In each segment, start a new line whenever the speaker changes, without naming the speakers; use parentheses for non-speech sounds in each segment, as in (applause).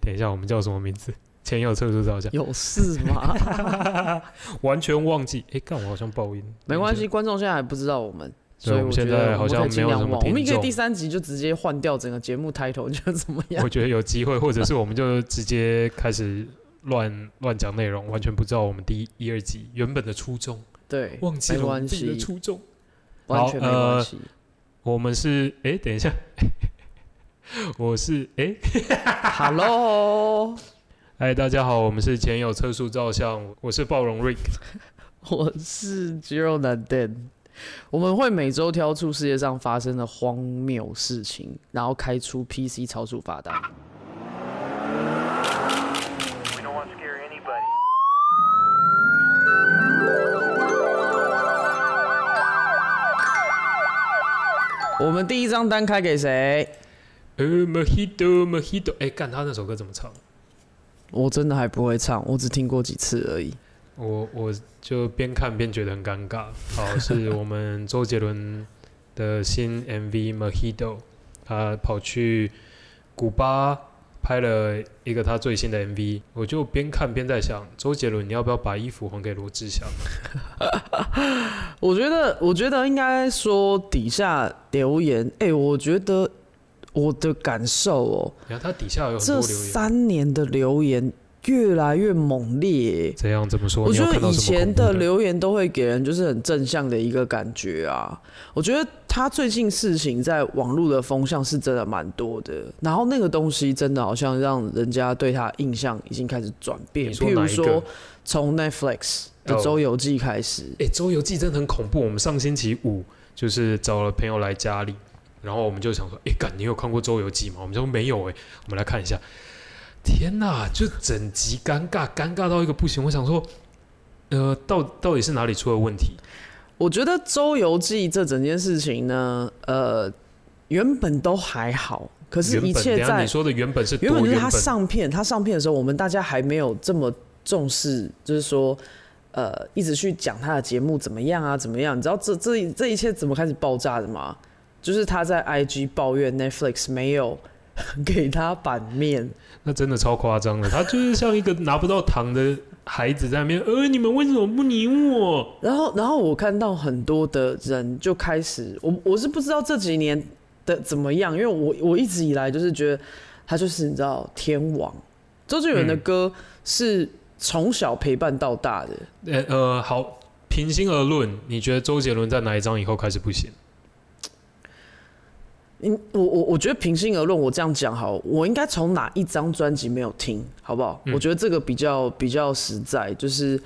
等一下，我们叫什么名字？ (laughs) 前有厕所照 (laughs) 相，
有事吗？
(laughs) 完全忘记。哎、干我好像爆音，
没关系，观众现在还不知道我们，
对
所以
我们
觉
现
得
在
我
好
们
像
可以尽
没有
量
什么
忘我们
听
可以
众
第三集就直接换掉整个节目 title，你觉得怎么样
我？觉得有机会，或者是我们就直接开始乱乱讲内容，完全不知道我们第一一二集原本的初衷，
对，
忘记
没
了我们
关
自己的
系，
初衷。
完全没
好呃
关系。
我们是哎、等一下， (laughs) 我是哎
(laughs) Hello，
嗨、大家好，我们是前有测速照相，我是暴龙 Rick，
(laughs) 我是肌肉男 Dan。我们会每周挑出世界上发生的荒谬事情，然后开出 PC 超速罚单。
We don't want to scare anybody.
(laughs) 我们第一张单开给谁？
呃，Mojito Mojito，哎、干他那首歌怎么唱？
我真的还不会唱，我只听过几次而已。
我我就边看边觉得很尴尬。好，是我们周杰伦的新 MV《Mojito》，他跑去古巴拍了一个他最新的 MV。我就边看边在想，周杰伦，你要不要把衣服还给罗志祥？
我觉得，我觉得应该说底下留言，哎、我觉得我的感受哦、
然后他底下有很多
这
留言，
三年的留言越来越猛烈耶、
怎样怎么说？
我
你
觉
有看
得
到
以
什么
前
恐怖的
留言都会给人就是很正向的一个感觉啊。我觉得他最近事情在网络的风向是真的蛮多的，然后那个东西真的好像让人家对他印象已经开始转变，
你说
譬如
哪一个
说从 Netflix 的
哦
《周游记》开始，
哎、周游记真的很恐怖。我们上星期五就是找了朋友来家里，然后我们就想说，哎、干，你有看过周游记吗？我们就说没有、诶哎，我们来看一下。天哪，就整集尴尬，尴尬到一个不行。我想说，呃，到到底是哪里出了问题？
我觉得《周游记》这整件事情呢，呃，原本都还好，可是
原
一
本，等
切
一下
在
你说的原本是多
原本就是他
原本
上片，他上片的时候，我们大家还没有这么重视，就是说，呃，一直去讲他的节目怎么样啊，怎么样？你知道这这一这一切怎么开始爆炸的吗？就是他在 IG 抱怨 Netflix 没有 (laughs) 给他版面，
那真的超夸张的。他就是像一个拿不到糖的孩子在那边，呃，你们为什么不理我？
然后然后我看到很多的人就开始，我我是不知道这几年的怎么样，因为我我一直以来就是觉得他就是你知道天王，周杰伦的
嗯
歌是从小陪伴到大的。
呃呃，好，平心而论，你觉得周杰伦在哪一张以后开始不行？
嗯，我我我觉得平心而论，我这样讲好，我应该从哪一张专辑没有听，好不好？
嗯
我觉得这个比较比较实在，就是，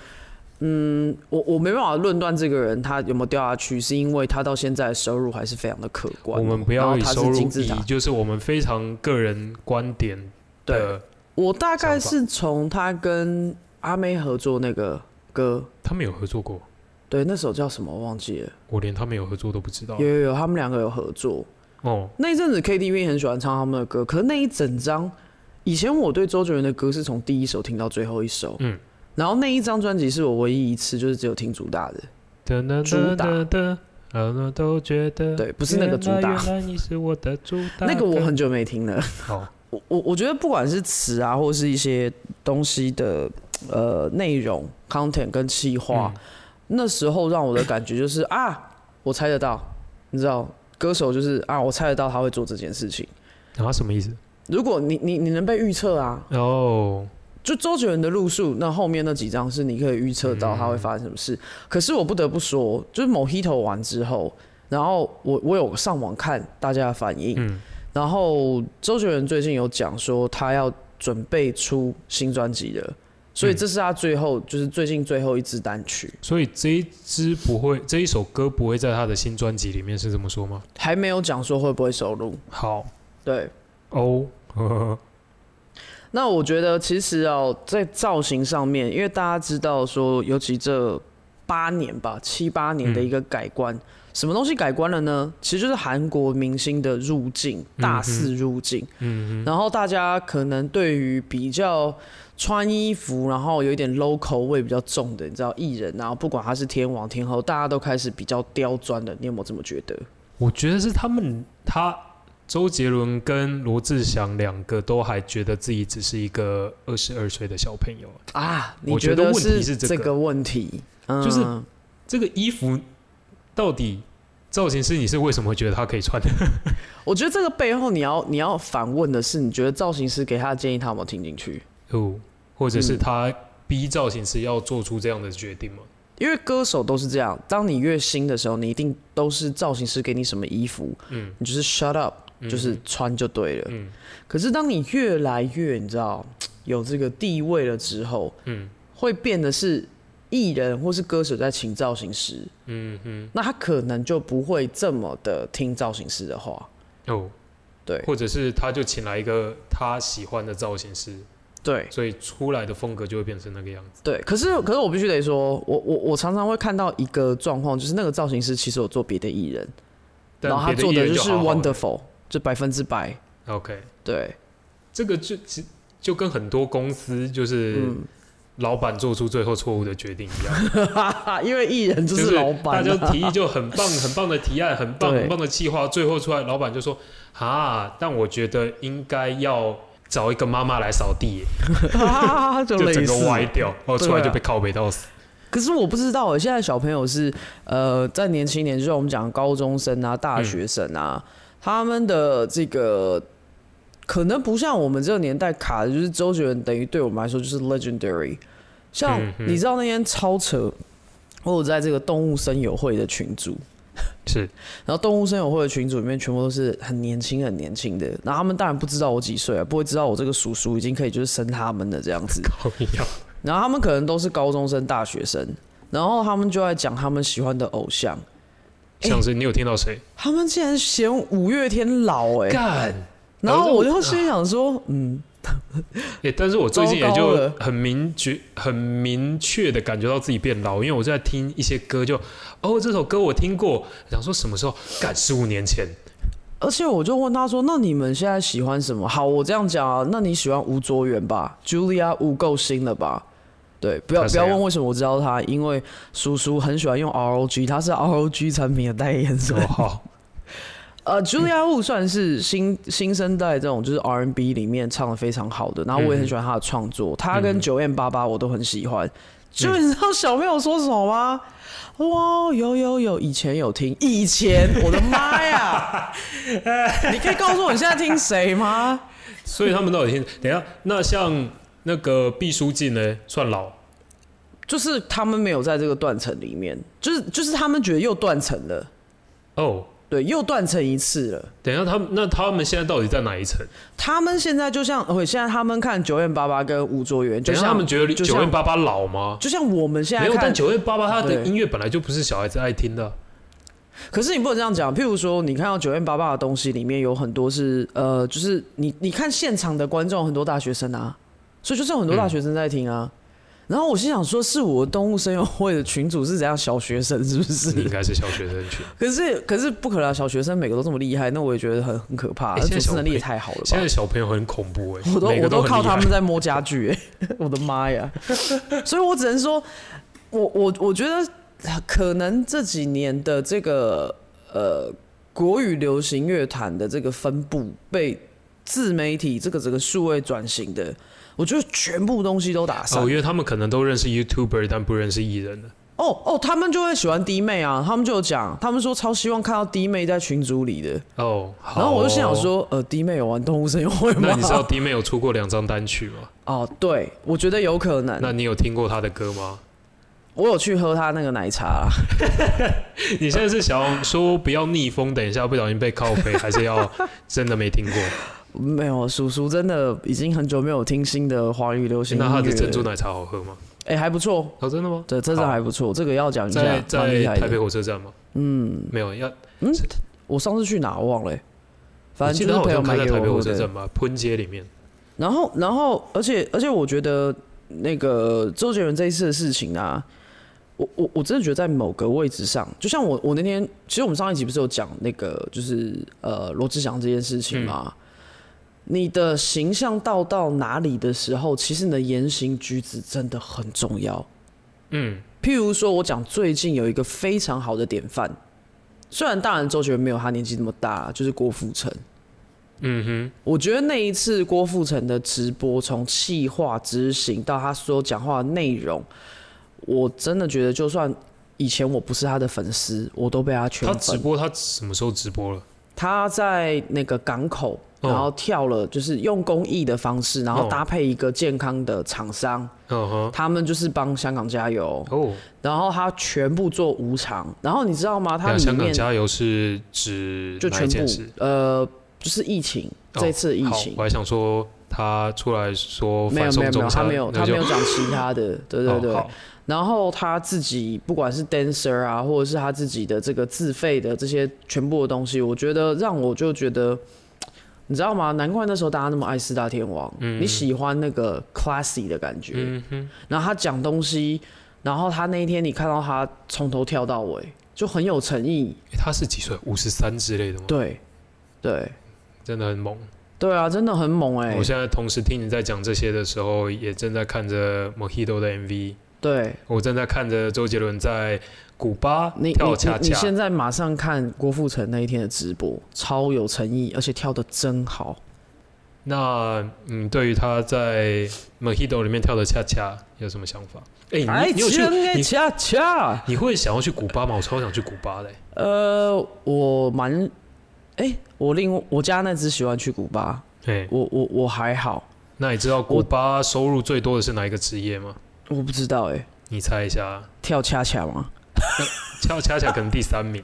嗯，我我没办法论断这个人他有没有掉下去，是因为他到现在的收入还是非常的可观哦。
我们不
然
要
后
以
他
收
是
入
金字
以
塔，
就是我们非常个人观点
对
的，
我大概
想法
是从他跟阿妹合作那个歌，
他们有合作过，
对，那首叫什么我忘记了，
我连他们有合作都不知道
有。有有，他们两个有合作，
哦，
那一阵子 KTV 很喜欢唱他们的歌，可是那一整张，以前我对周杰伦的歌是从第一首听到最后一首，
嗯，
然后那一张专辑是我唯一一次就是只有听主打的，
噔噔
主
噔
打
噔噔，我们都觉得
对不是那个主打
原来原来你是我的主打哦歌，
那个我很久没听了。
好，
我我我觉得不管是词啊，或是一些东西的呃内容 content 跟企划，那时候让我的感觉就是啊，我猜得到，你知道，歌手就是啊，我猜得到他会做这件事情。
然后什么意思？
如果你你你能被预测啊，
哦，
就周杰伦的路数，那后面那几张是你可以预测到他会发生什么事。可是我不得不说，就是某 hit 完之后，然后我我有上网看大家的反应，
嗯
然后周杰伦最近有讲说他要准备出新专辑了，所以
嗯
这是他最后、就是最近最后一支单曲，
所以这一支不会，这一首歌不会在他的新专辑里面，是这么说吗？
还没有讲说会不会收录。
好，
对，
哦， (laughs) 呵呵呵
那我觉得其实哦，在造型上面，因为大家知道说，尤其这八年吧，七八年的一
嗯
个改观，什么东西改观了呢？其实就是韩国明星的入境，大肆入境。
嗯
然后大家可能对于比较穿衣服，然后有一点 local 味比较重的，你知道艺人啊，然后不管他是天王天后，大家都开始比较刁钻的。你有没有这么觉得？
我觉得是他们他周杰伦跟罗志祥两个都还觉得自己只是一个二十二岁的小朋友，
啊，你
我觉得
得
问题是这
这
个
个问题？
就是
嗯
这个衣服到底造型师你是为什么会觉得他可以
(laughs)
穿的？
我觉得这个背后你要你要反问的是，你觉得造型师给他的建议他有没有听进去？
哦，或者是
嗯
他逼造型师要做出这样的决定吗？
因为歌手都是这样，当你越新的时候，你一定都是造型师给你什么衣服，
嗯，
你就是 shut up，
嗯
就是穿就对了。
嗯
可是当你越来越你知道有这个地位了之后，
嗯
会变得是艺人或是歌手在请造型师，
嗯嗯
那他可能就不会这么的听造型师的话。
哦，
对
或者是他就请来一个他喜欢的造型师，
对
所以出来的风格就会变成那个样子。
对，可是可是我必须得说，我我我常常会看到一个状况，就是那个造型师其实有做别的艺人，
但
然后他
别
做
艺
的
人
就是
好好的
wonderful，就百分之百。
OK，
对，
这个就其就跟很多公司就是
嗯，
老板做出最后错误的决定一
(laughs)
样，
因为艺人就
就是
是老板、
大
啊，
家提议就很棒很棒的提案，很棒
(laughs) 对
很棒的计划，最后出来老板就说啊，但我觉得应该要找一个妈妈来扫地耶，
啊 (laughs) 就
就
类
整
似
个歪掉，哦，
对啊
出来就被靠北到死。
可是我不知道，欸现在小朋友是呃，在年轻一点，就是我们讲高中生啊、大学生啊，
嗯
他们的这个可能不像我们这个年代卡的，就是周杰伦等于对我们来说就是 legendary。像
嗯嗯
你知道那天超扯，我有在这个动物森友会的群组，
是，
然后动物森友会的群组里面全部都是很年轻、很年轻的，然后他们当然不知道我几岁啊，不会知道我这个叔叔已经可以就是生他们的这样子。
靠一样，
然后他们可能都是高中生、大学生，然后他们就在讲他们喜欢的偶像，
像是你有听到谁？
他们竟然嫌五月天老哎、
干，
然后我就心里想说，嗯，
欸，但是我最近也
糟糕
就
了
很明觉、很明确的感觉到自己变老，因为我在听一些歌就，哦，这首歌我听过，想说什么时候？干，十五年前，
而且我就问他说，那你们现在喜欢什么？好，我这样讲啊，那你喜欢吴卓源吧？Julia 吴够新了吧？对，不要
他
不
谁啊
要问为什么我知道他，因为叔叔很喜欢用 ROG，他是 ROG 产品的代言人。
哦，好，
呃，Julia Wu 算是新新生代这种就是 R&B 里面唱的非常好的，然后我也很喜欢她的创作，她
嗯
跟九 M 八八我都很喜欢。就你知道小朋友说什么吗？哇，有有有，以前有听，以前我的妈呀！
(laughs)
你可以告诉我你现在听谁吗？
(laughs) 所以他们到底听？等一下，那像那个毕书尽呢，算老，
就是他们没有在这个断层里面，就是就是他们觉得又断层了，
哦，
对，又断层一次了。
等一下，他们那他们现在到底在哪一层？
他们现在就像，呃现在他们看九 M 八八跟吴卓源，就
等一
像
下，他们觉得
就
九
像
月八八老吗？
就像我们现在
没有，
看
但九月八八他的
对
音乐本来就不是小孩子爱听的啊，
可是你不能这样讲，譬如说，你看到九院八八的东西里面有很多是呃，就是你你看现场的观众很多大学生啊，所以就是有很多大学生在听啊。然后我心想说，是我动物声友会的群主是怎样小学生是不
你应
是？
该是小学生
(laughs)
群。
可是可是不可能啊，小学生每个都这么厉害，那我也觉得很很可怕，
欸
那
现在
主持能力也
小
太好了
现在
吧。
小朋友很恐怖哎、
我都
每
我
个
都
很
靠
厉
他
害
们在摸家具、欸， (laughs) 我的妈呀！所以我只能说，我我我觉得可能这几年的这个呃国语流行乐坛的这个分布被自媒体这个整个数位转型的，我觉得全部东西都打散
哦，。因为他们可能都认识 YouTuber，但不认识艺人了。
哦哦，他们就会喜欢弟妹啊，他们就有讲，他们说超希望看到弟妹在群组里的。
哦，好
然后我就心想
哦，
说，呃，弟妹有玩动物声优会吗？
那你知 (laughs) 道 D 妹有出过两张单曲吗？
哦，对，我觉得有可能。
那你有听过她的歌吗？
我有去喝他那个奶茶啦。呃
你现在是想要说不要逆风，等一下不小心被靠飞，还是要真的没听过？
没有，叔叔真的已经很久没有听新的华语流行音
那
乐
她
了。
的珍珠奶茶好喝吗？
哎、还不错，
哦，真的吗？
对，真的
好
还不错，这个要讲一下
在，
蛮
在
厉害
台北
的。
火车站吗？嗯，没有，要
我上次去哪我忘了、欸
我
反
记
正
得
就
她
是
好
朋
像开
友
在
买给
台北
我
火车
的
站。吧，喷街里面。
然后，然后，而且，而且，我觉得那个周杰伦这一次的事情啊，我我我真的觉得在某个位置上，就像我我那天，其实我们上一集不是有讲那个就是呃罗志祥这件事情
嗯
嘛。你的形象到到哪里的时候，其实你的言行举止真的很重要。
嗯，
譬如说，我讲最近有一个非常好的典范，虽然当然周杰伦没有他年纪那么大，就是郭富城，
嗯
我觉得那一次郭富城的直播，从企划执行到他所有讲话的内容，我真的觉得，就算以前我不是他的粉丝，我都被他
哼，
圈
他
粉。
直播他什么时候直播了？
他在那个港口，
哦
然后跳了，就是用公益的方式，然后搭配一个健康的厂商，
嗯哼，
他们就是帮香港加油，
哦，
然后他全部做无偿，然后你知道吗？他
那
里
啊香港
面
加油是指
就
哪一
全
件
部
事？
呃，就是疫情、
哦
这次疫
好
情
我，还想说他出来说
没
反
有没
送
有没
中
有，
山，
他没有
那
他
就
没有讲其他的，对对对。
哦好
然后他自己不管是 dancer 啊，或者是他自己的这个自费的这些全部的东西，我觉得让我就觉得，你知道吗？难怪那时候大家那么爱四大天王，你喜欢那个 classy 的感觉。
嗯哼，
然后他讲东西，然后他那一天你看到他从头跳到尾，就很有诚意。
诶他是几岁？五十三之类的吗？
对，对，
真的很猛。
对啊，真的很猛哎、
我现在同时听你在讲这些的时候，也正在看着 Mojito 的 MV，
对
我正在看着周杰伦在古巴
你你
跳恰
你你
恰
现。在马上看郭富城那一天的直播，超有诚意，而且跳的真好。
那嗯，对于他在 Mojito 里面跳的恰恰有什么想法？哎、你你有去？
真的
你
恰恰，
你会想要去古巴吗？我超想去古巴的、欸
呃，我蛮，哎、我另我家那只喜欢去古巴，
哎、
我我我还好，
那你知道古巴收入最多的是哪一个职业吗？
我不知道哎、
你猜一下，啊
跳恰恰吗？
恰恰恰可能第三名。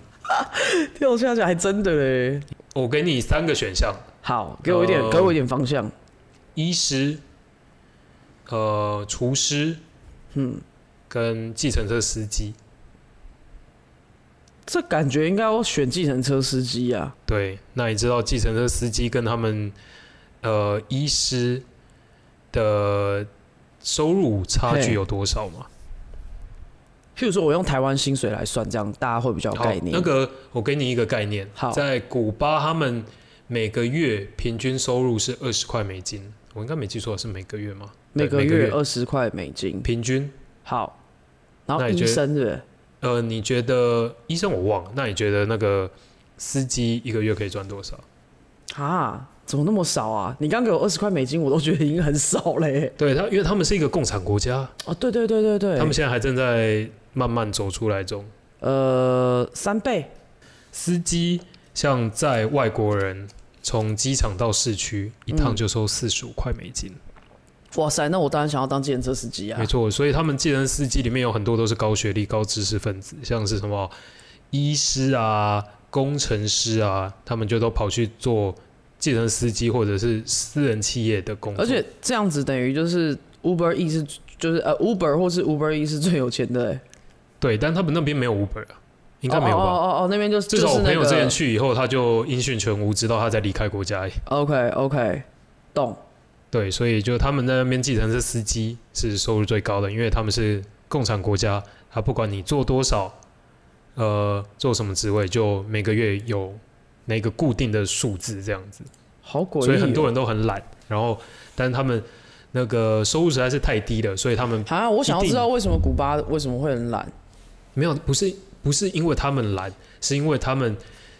(laughs) 跳恰恰还真的嘞。
我给你三个选项：
好，给我一点，
呃
给我一点方向。
医师、呃，厨师，
嗯，
跟计程车司机。
这感觉应该我选计程车司机啊。
对，那你知道计程车司机跟他们呃医师的收入差距
嘿
有多少吗？
譬如说，我用台湾薪水来算，这样大家会比较有
好
概念。
那个我给你一个概念。
好
在古巴他们每个月平均收入是二十块美金，我应该没记错是每个月吗？
每
对
个月二十块美金。
平均。
好，然后
那你
医
觉得
生对不对？
呃，你觉得医生我忘了，那你觉得那个司机一个月可以赚多少？
啊，怎么那么少啊？你刚给我二十块美金，我都觉得已经很少嘞、
对他，因为他们是一个共产国家，
哦，对对对对对，
他们现在还正在慢慢走出来中。
呃三倍，
司机像在外国人从机场到市区一趟
嗯
就收四十五块美金，
哇塞，那我当然想要当计程车司机啊
没。错。所以他们计程司机里面有很多都是高学历、高知识分子，像是什么医师啊、工程师啊，他们就都跑去做计程司机或者是私人企业的工作。
而且这样子等于就是 Uber E 是就是呃 Uber 或是 Uber E 是最有钱的、欸，
对，但他们那边没有 Uber 啊，应该没有
哦
吧？
哦哦哦，那边就是
至少
就
我
是
朋
那
友
个
之前去以后，他就音讯全无，直到他在离开国家而已。
OK OK，懂。
对，所以就他们在那边计程车司机是收入最高的，因为他们是共产国家，他不管你做多少，呃，做什么职位，就每个月有那个固定的数字这样子。
好诡异哦、
所以很多人都很懒，然后但他们那个收入实在是太低了，所以他们
啊，我想要
一定
知道为什么古巴为什么会很懒
没有，不是不是因为他们懒，是因为他们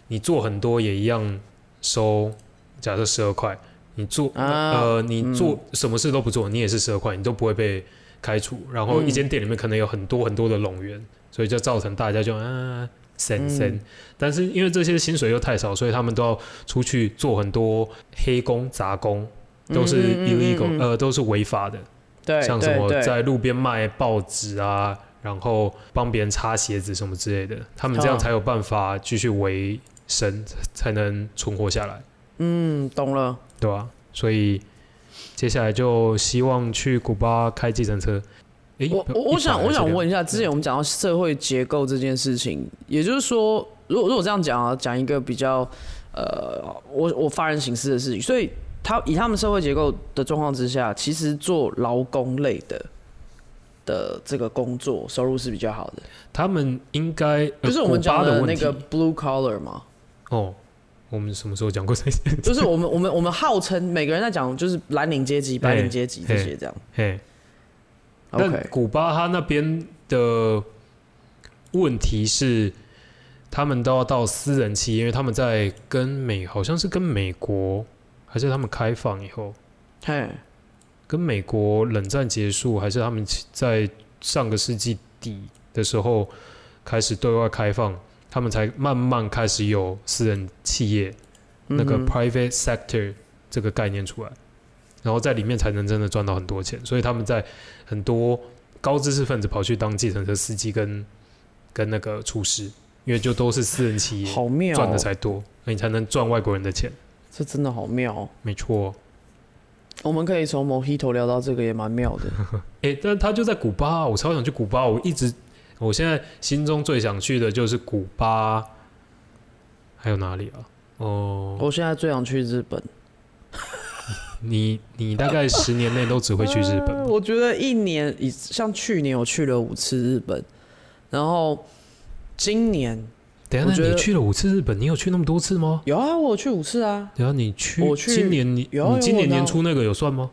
你做很多也一样收，假设十二块，你做、
啊
呃你做什么事都不做，你也是十二块，你都不会被开除。然后一间店里面可能有很多很多的冗员，所以就造成大家就啊省省、
嗯
但是因为这些薪水又太少，所以他们都要出去做很多黑工杂工，都是
嗯嗯嗯
illegal，、
嗯嗯
呃都是违法的。
对，
像什么
对对
在路边卖报纸啊，然后帮别人擦鞋子什么之类的，他们这样
哦
才有办法继续维生，才能存活下来，
嗯，懂了。
对吧、所以接下来就希望去古巴开计程车。诶，
我我我想我想问一下，之前我们讲到社会结构这件事情，也就是说，如果如果这样讲啊，讲一个比较呃，我我发人省思的事情，所以他以他们社会结构的状况之下，其实做劳工类的的这个工作收入是比较好的，
他们应该呃
就是我们
古巴
讲的
问
那
题
个 blue collar 嘛，
哦，我们什么时候讲过这些？
就是我们我们我们号称每个人在讲就是蓝领阶级、白领阶级这些这样。
(laughs) 嘿，但
OK，
古巴他那边的问题是，他们都要到私人企业，因为他们在跟美好像是跟美国还是他们开放以后，
嘿，
跟美国冷战结束，还是他们其在上个世纪底的时候开始对外开放，他们才慢慢开始有私人企业、那个
嗯哼
private sector 这个概念出来，然后在里面才能真的赚到很多钱。所以他们在很多高知识分子跑去当计程车司机跟跟那个厨师，因为就都是私人企业
好妙、
赚的
哦，
才多，那你才能赚外国人的钱。
这真的好妙、哦。
没错，
我们可以从 Mojito 聊到这个也蛮妙的。
诶，但他就在古巴啊，我超想去古巴，我一直，我现在心中最想去的就是古巴，还有哪里啊？哦，
我现在最想去日本，
你你大概十年内都只会去日本吧，
呃 (laughs) 我觉得一年以像去年我去了五次日本，然后今年
等一
我
下，
觉
那
得
你去了五次日本，你有去那么多次吗？
有啊，我有去五次啊，
等一下你去，
我去
今年你
有啊
你今
有
年
我拿
年初那个有算吗？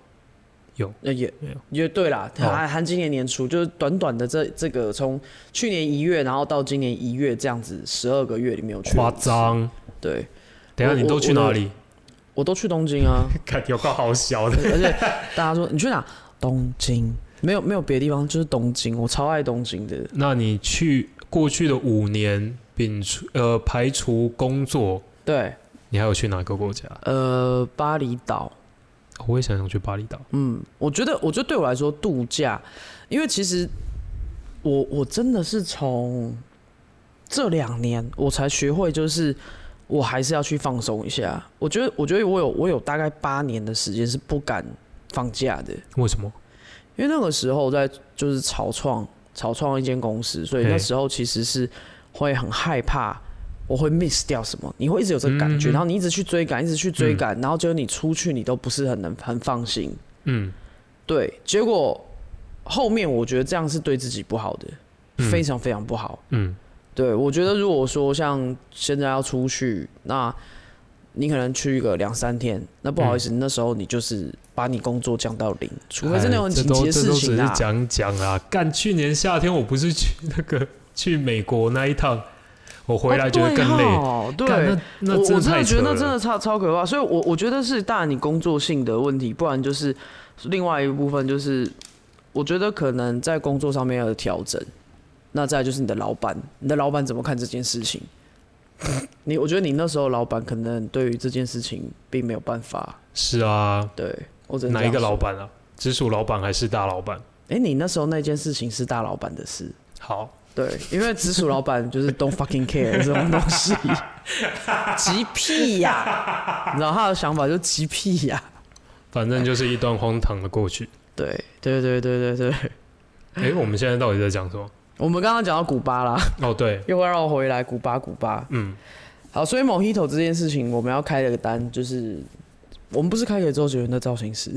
呃也
没有
也对啦，
哦
含含今年年初就是短短的这这个从去年一月然后到今年一月这样子十二个月里面有去
夸
了五次，
张！
对
等一下
我
你都
我
去
我
哪
的
里？
我都去东京 (laughs) 啊，
看有个好小的，
而且大家说你去哪？东京没有没有别的地方，就是东京，我超爱东京的。
(laughs) 那你去过去的五年，摒除呃排除工作，
对，
你还有去哪个国家？
呃，巴厘岛，
我也想想去巴厘岛。
嗯，我觉得，我觉得对我来说度假，因为其实我我真的是从这两年我才学会，就是我还是要去放松一下。我觉得，我觉得我有我有大概八年的时间是不敢放假的，
为什么？
因为那个时候在就是草创草创一间公司，所以那
嘿
时候其实是会很害怕。我会 miss 掉什么？你会一直有这个感
嗯
觉，
哼
然后你一直去追赶，一直去追赶，然后结果你出去你都不是很能很放心。
嗯，
对，结果后面我觉得这样是对自己不好的，
嗯
非常非常不好。
嗯
对我觉得，如果说像现在要出去，那你可能去个两三天，那不好意思，那时候你就是把你工作降到零，除非真的有很
嗯哎这
紧
都
急的
这
事
都
情
只是
啊。
讲讲啊。干，去年夏天我不是去那个 (laughs) 去美国那一趟，我回来觉得更累。
哦对
干
哦，
那
对，我
那
我真
太
的觉
扯
得
了。
那真的超超可怕，所以我我觉得是当然你工作性的问题，不然就是另外一部分就是，我觉得可能在工作上面要有调整。那再来就是你的老板，你的老板怎么看这件事情？ (laughs) 你我觉得你那时候老板可能对于这件事情并没有办法，
是啊，
对我只能
哪
这
一
样
个老
说？
板啊？直属老板还是大老板？
哎、你那时候那件事情是大老板的事，
好，
对，因为直属老板就是 don't fucking care 这种东
(laughs)
西，急屁呀、你知道他的想法就急屁呀、
反正就是一段荒唐的过
(laughs)
去。
对对对对对对，
哎、我们现在到底在讲什么？
我们刚刚讲到古巴啦，
哦，对，
又会绕回来古巴古巴。
嗯，
好，所以 Mojito 这件事情，我们要开了个单，就是我们不是开给周杰伦的造型师，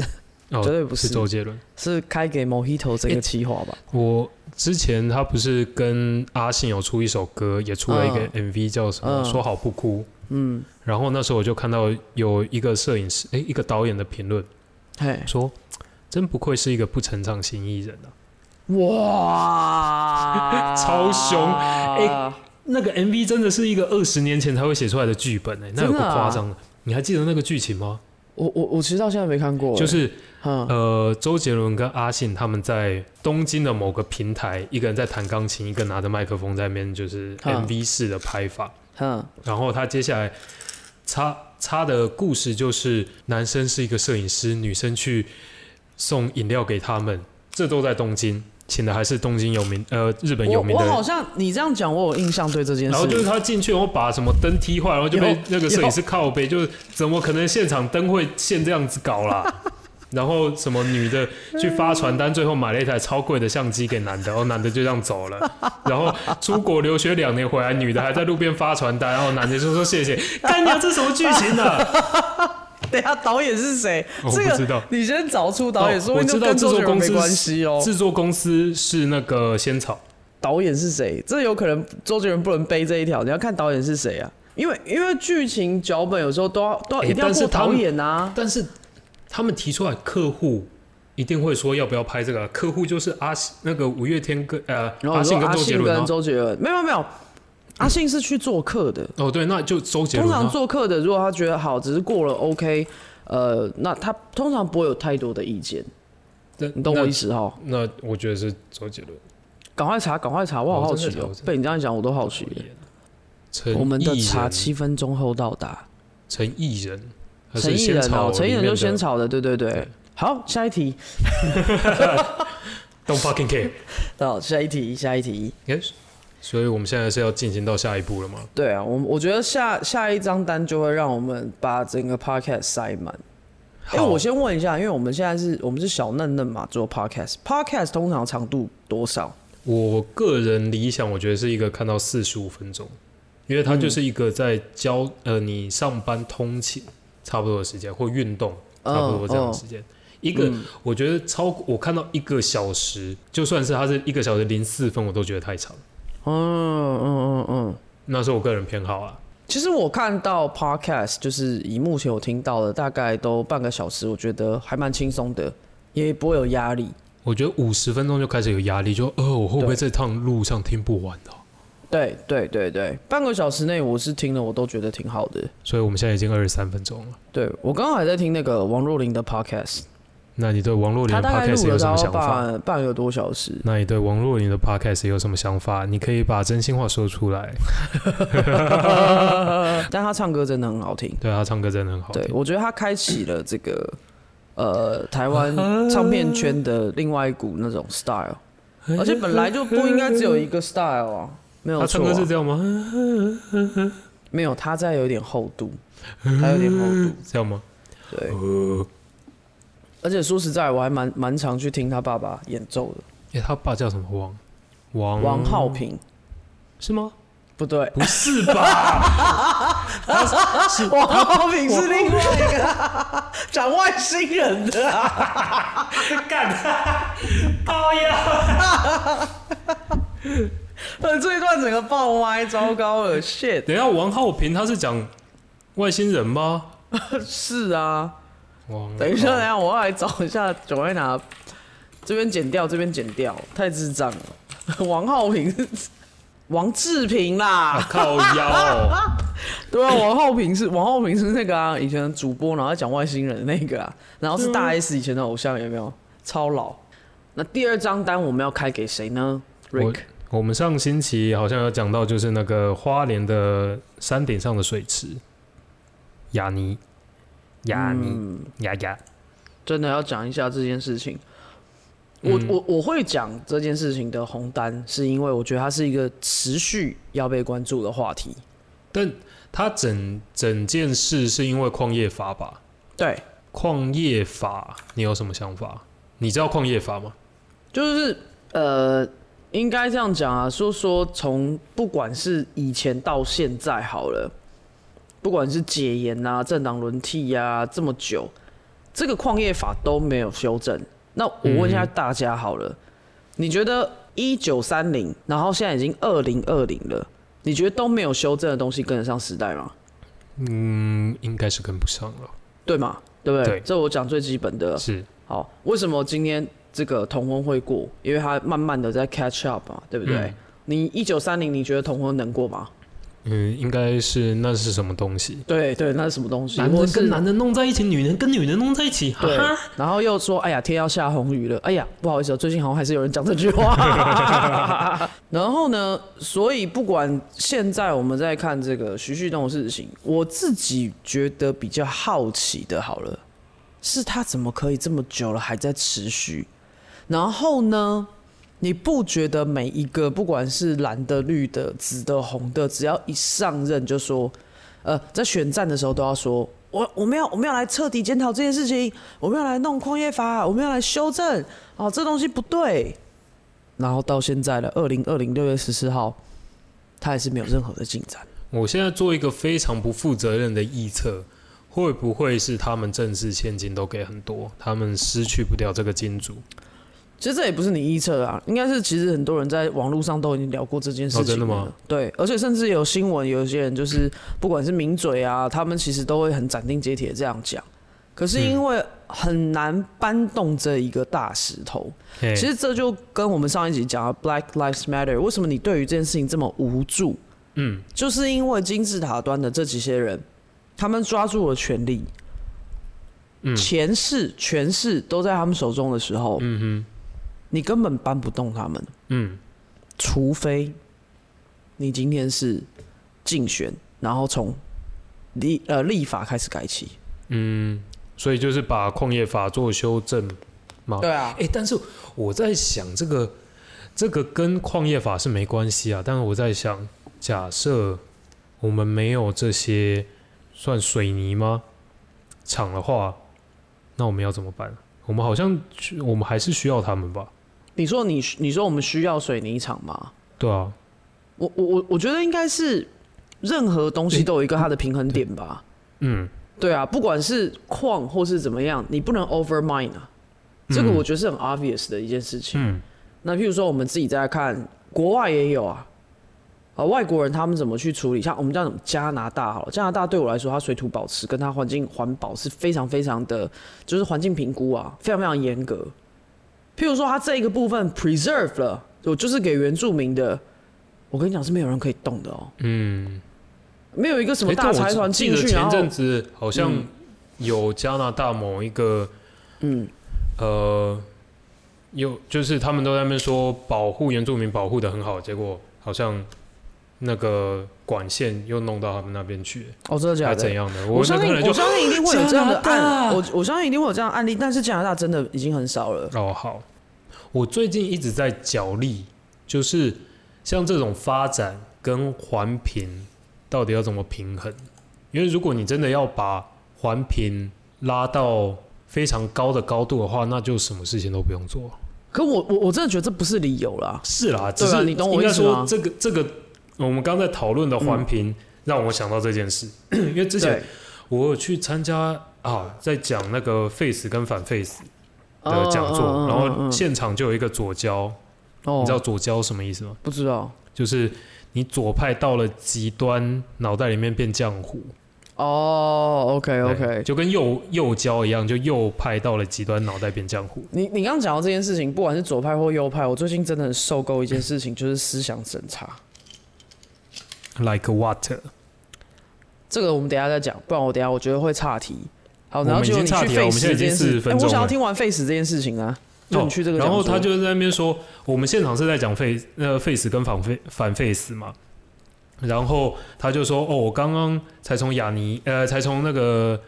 哦，
绝对不是
周杰伦。
是开给 Mojito 这个
诶
企划吧？
我之前他不是跟阿信有出一首歌，也出了一个 MV 叫什么？
嗯
说好不哭。
嗯，
然后那时候我就看到有一个摄影师，哎，一个导演的评论
嘿，
说，真不愧是一个不成长型艺人啊。
(laughs) 哇
超凶
哎
诶那个 MV 真的是一个二十年前才会写出来的剧本哎、那有
真
个
的啊
夸张的。你还记得那个剧情吗？
我我我其实到现在没看过欸，
就是
嗯
呃，周杰伦跟阿信他们在东京的某个平台，一个人在弹钢琴，一个拿着麦克风在那边就是
嗯
MV 式的拍法。
嗯
然后他接下来插插的故事就是，男生是一个摄影师，女生去送饮料给他们，这都在东京，请的还是东京有名呃日本有
我
名
我
的
好
人。
像你这样讲，我有印象对这件
然
事
后就是他进去，然后把什么灯踢坏，然后就被
有
那个摄影师靠背，就是怎么可能现场灯会现这样子搞
(laughs)
啦？然后什么女的去发传单，最后买了一台超贵的相机给男的，然后男的就这样走了。然后出国留学两年回来，女的还在路边发传单，然后男的就说谢谢。干娘，这什么剧情
(laughs)
啊？
(laughs) 等一下导演是谁？
哦我
这
不知道
个你先找出导演，
哦
说
我
不定
知
就
道
跟
制
周
作
杰伦
公
没
司
关系哦。
制作公司是那个仙草，
导演是谁？这有可能周杰伦不能背这一条，你要看导演是谁啊。因为因为剧情脚本有时候都要都要
哎
一定要
但是
过
他
导
们
演啊，
但是他们提出来，客户一定会说要不要拍这个啊。客户就是阿信那个五月天跟呃
然后
阿
你
信
哦说
跟
阿
周杰
信
伦啊
跟。周杰伦，没有没有，阿信是去做客的，
哦，对，那就周杰
通
伦、啊。
常做客的，如果他觉得好，只是过了 OK，呃，那他通常不会有太多的意见，
那
你懂我意？思哈？
那那我觉得是周杰伦。
赶快查，赶快查，我好
哦
好
真的
奇
假的
哦
我真，的
被你这样一讲，我都好奇了。
陈
我们的
艺
茶
人
七分钟后到达，
陈艺人，他
陈
是
艺
先
人
炒
哦，陈艺人
里面
就
的
先炒的，对对对。好，下一题，
Don't fucking care。
好，下一题，下一题。
Yes，所以我们现在是要进行到下一步了吗？
对啊，我我觉得下下一张单就会让我们把整个 podcast 塞满。哎、
好
我先问一下，因为我们现在是我们是小嫩嫩嘛，做 podcast，podcast 通常长度多少？
我个人理想，我觉得是一个看到四十五分钟，因为它就是一个在教、呃你上班通勤差不多的时间，或运动差不多这样的时间。一个、我觉得超过我看到一个小时，就算是它是一个小时零四分，我都觉得太长。
嗯嗯嗯嗯。
那是我个人偏好啊。
其实我看到 podcast，就是以目前我听到的，大概都半个小时，我觉得还蛮轻松的，也不会有压力。
我觉得五十分钟就开始有压力，就呃，我会不会这趟路上听不完啊的、
对对对对，半个小时内我是听了，我都觉得挺好的。
所以我们现在已经二十三分钟了。
对我刚刚还在听那个王若琳的 podcast，
那你对王若琳
她
的
大概录
podcast
了
有什
大
么
概
想法？
半半个多
(laughs)
小时。
那你对王若琳的 podcast 有什么想法？你可以把真心话说出
(laughs)
来。
但他唱歌真的很好听。
对她唱歌真的很好
对，
听。
我觉得他开启了这个呃台湾唱片圈的另外一股那种 style，而且本来就不应该只有一个 style 啊，没有
她唱
错、
歌
啊
是，这样吗？ (laughs)
没有他在有点厚度，他有点厚度，
这样吗？
对。而且说实在，我还蛮蛮常去听他爸爸演奏的，
哎、她爸叫什么王？王
王浩平。
是吗？
不对，
不是
(laughs)
吧？
王浩平是另外一个 (laughs) 长外星人的啊、
高呀！
(laughs) 呃，这一段整个爆麦，糟糕了，shit！
等一下，王浩平他是讲外星人吗？
是啊，
王
等一下，等一
浩
下，我要来找一下九爱拿，这边剪掉，这边剪掉，太智障了。 (laughs) 王浩平是，王志平 (laughs) 啦，
啊靠腰哦、 (laughs)
对啊，王浩平是王浩平是那个啊，以前的主播，然后在讲外星人的那个啊，然后是大 S 以前的偶像，有没有？超老。那第二张单我们要开给谁呢？Rick，
我们上星期好像有讲到，就是那个花莲的山顶上的水池，雅尼，雅
嗯
尼，雅雅，
真的要讲一下这件事情。我、我我会讲这件事情的红单，是因为我觉得它是一个持续要被关注的话题。
但它整整件事是因为矿业法吧？
对，
矿业法，你有什么想法？你知道矿业法吗？
就是呃，应该这样讲啊，说说从不管是以前到现在好了，不管是解严啊、政党轮替啊，这么久，这个矿业法都没有修正。那我问一下大家好了，你觉得一九三零，然后现在已经二零二零了，你觉得都没有修正的东西跟得上时代吗？
嗯，应该是跟不上了。
对吗？对不
对
对？这我讲最基本的。
是，
好，为什么今天这个同婚会过？因为它慢慢的在 catch up 嘛，对不对？
嗯
你一九三零，你觉得同婚能过吗？
嗯，应该是那是什么东西？
对对，那是什么东西？
男
或
人
是
跟男人弄在一起，女人跟女人弄在一起，哈
对
哈。，
然后又说，哎呀，天要下红雨了，哎呀，不好意思哦，最近好像还是有人讲这句
(laughs)
话。然后呢，所以不管现在我们在看这个徐旭东的事情，我自己觉得比较好奇的，好了，是他怎么可以这么久了还在持续？然后呢，你不觉得每一个不管是蓝的、绿的、紫的、红的，只要一上任就说，呃，在选战的时候都要说，我我们要我们要来彻底检讨这件事情，我们要来弄矿业法，我们要来修正，哦，这东西不对。然后到现在了，二零二零六月十四号，他还是没有任何的进展。
我现在做一个非常不负责任的臆测，会不会是他们正式现金都给很多，他们失去不掉这个金主？
其实这也不是你臆测啊，应该是其实很多人在网络上都已经聊过这件事
哦
情、
真的吗？
对，而且甚至有新闻，有一些人就是不管是名嘴啊，他们其实都会很斩钉截铁地这样讲。可是因为很难搬动这一个大石头，
嘿
其实这就跟我们上一集讲的 Black Lives Matter，为什么你对于这件事情这么无助？
嗯，
就是因为金字塔端的这几些人，他们抓住了权力，
嗯
前世、权势都在他们手中的时候，
嗯
你根本搬不动他们，
哼，嗯
除非你今天是竞选，然后从立呃立法开始改起。
嗯，所以就是把矿业法做修正。对
啊，
哎、但是我在想，这个这个跟矿业法是没关系啊。但是我在想，假设我们没有这些算水泥吗厂的话，那我们要怎么办？我们好像我们还是需要他们吧？
你说你你说我们需要水泥厂吗？
对啊，
我我我我觉得应该是任何东西都有一个它的平衡点吧。
嗯
对啊，不管是矿或是怎么样，你不能 over mine 啊。这个
嗯
我觉得是很 obvious 的一件事情。
嗯
那譬如说我们自己在看，国外也有啊，啊，外国人他们怎么去处理？像我们叫加拿大好了，加拿大对我来说，它水土保持跟它环境环保是非常非常的，就是环境评估啊，非常非常严格。譬如说它这一个部分 preserve 了，我就是给原住民的，我跟你讲是没有人可以动的哦，
嗯。
没有一个什么
诶
大
哎但我
财团
记
进
得
去，然
前
后
阵子好像
嗯
有加拿大某一个，
嗯，
呃，有就是他们都在那边说保护原住民保护的很好，结果好像那个管线又弄到他们那边去，
哦，真的假
还
的？
怎样的？
我
那
相信
个人，就
我相信一定会有这样的
加拿
案，
大
我我相信一定会有这样的案例，但是加拿大真的已经很少了。
哦好，我最近一直在角力，就是像这种发展跟环评到底要怎么平衡？因为如果你真的要把环评拉到非常高的高度的话，那就什么事情都不用做。
可我我我真的觉得这不是理由啦。
是啦，只
对啊
是
你懂我
应该
意思
说
吗
这个这个，我们刚刚在讨论的环评让我想到这件事， (clears throat) 因为之前
对
我有去参加啊，在讲那个 face 跟反 face 的
哦
讲座，
嗯嗯
然
嗯
后
嗯
现场就有一个左交，
哦
你知道左交什么意思吗？
不知道
就是你左派到了极端，脑袋里面变浆糊。
哦，OK
对
OK，
就跟右右交一样，就右派到了极端，脑袋变浆糊。
你你刚刚讲到这件事情，不管是左派或右派，我最近真的很受够一件事情，就是思想审查。
Like what？
这个我们等一下再讲，不然我等一下我觉得会岔题。好，
我
然
们
后
已
结果
经
你
岔
去
题了我
face
们现在
这
已经
件事，
40
哎
分
我
钟
想要
了哦
听完 face 这件事情啊，就你去这个讲
然
座，
后他就在那边说，我们现场是在讲 face 呃 face 跟反 face 反 face 嘛，然后他就说，哦，我刚刚才从雅尼呃才从那个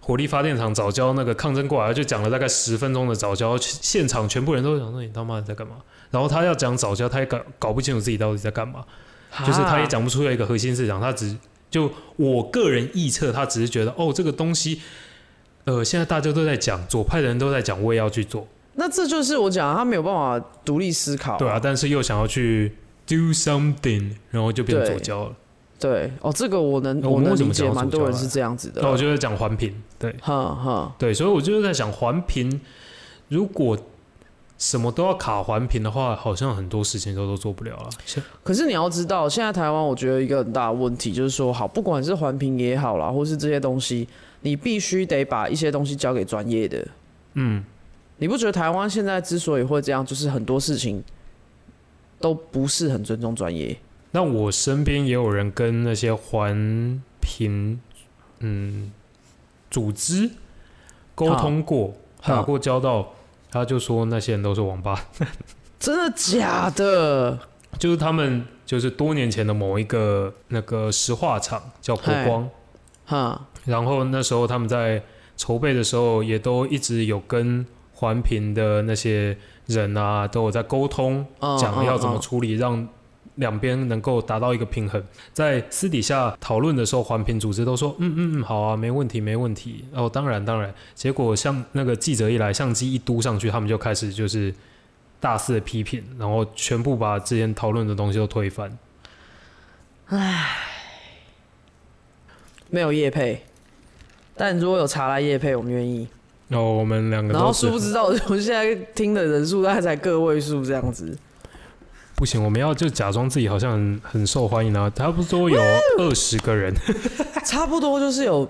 火力发电厂早教那个抗争过来，就讲了大概十分钟的早教，现场全部人都想说你他妈的在干嘛？然后他要讲早教，他也搞搞不清楚自己到底在干嘛，
啊
就是他也讲不出来一个核心思想，他只就我个人臆测，他只是觉得哦这个东西。呃，现在大家都在讲，左派的人都在讲，我也要去做。
那这就是我讲他没有办法独立思考。
对啊，但是又想要去 do something，然后就变成左交了。
对，哦，这个我能
那我
我
们
能
为什
理
么讲
解，
到
蛮
左
多人
交啊
是这样子的。
那我就在讲环评，对
哼哼，
对，所以我就是在想环评，如果什么都要卡环评的话，好像很多事情都都做不了啊。像
可是你要知道，现在台湾我觉得一个很大的问题就是说，好，不管是环评也好啦，或是这些东西，你必须得把一些东西交给专业的。
嗯，
你不觉得台湾现在之所以会这样，就是很多事情都不是很尊重专业？
那我身边也有人跟那些环评嗯组织沟通过，
好
打过交道，他就说那些人都是王八
真的假的？
(laughs) 就是他们就是多年前的某一个那个石化厂叫国
嗨
光，
哈，
然后那时候他们在筹备的时候，也都一直有跟环评的那些人啊，都有在沟通，
嗯
讲要怎么
嗯嗯
处理，让两边能够达到一个平衡。在私底下讨论的时候，环评组织都说，嗯嗯嗯，好啊，没问题，没问题。哦，当然当然。结果像那个记者一来，相机一嘟上去，他们就开始就是大肆的批评，然后全部把之前讨论的东西都推翻。
没有业配，但如果有查来业配，我们愿意。
然后我们两个
然后
都是
殊不知道，我现在听的人数大概才个位数这
(laughs)
样子。
不行，我们要就假装自己好像很很受欢迎啊！差不多有二十个
(laughs)
人，
差不多就是有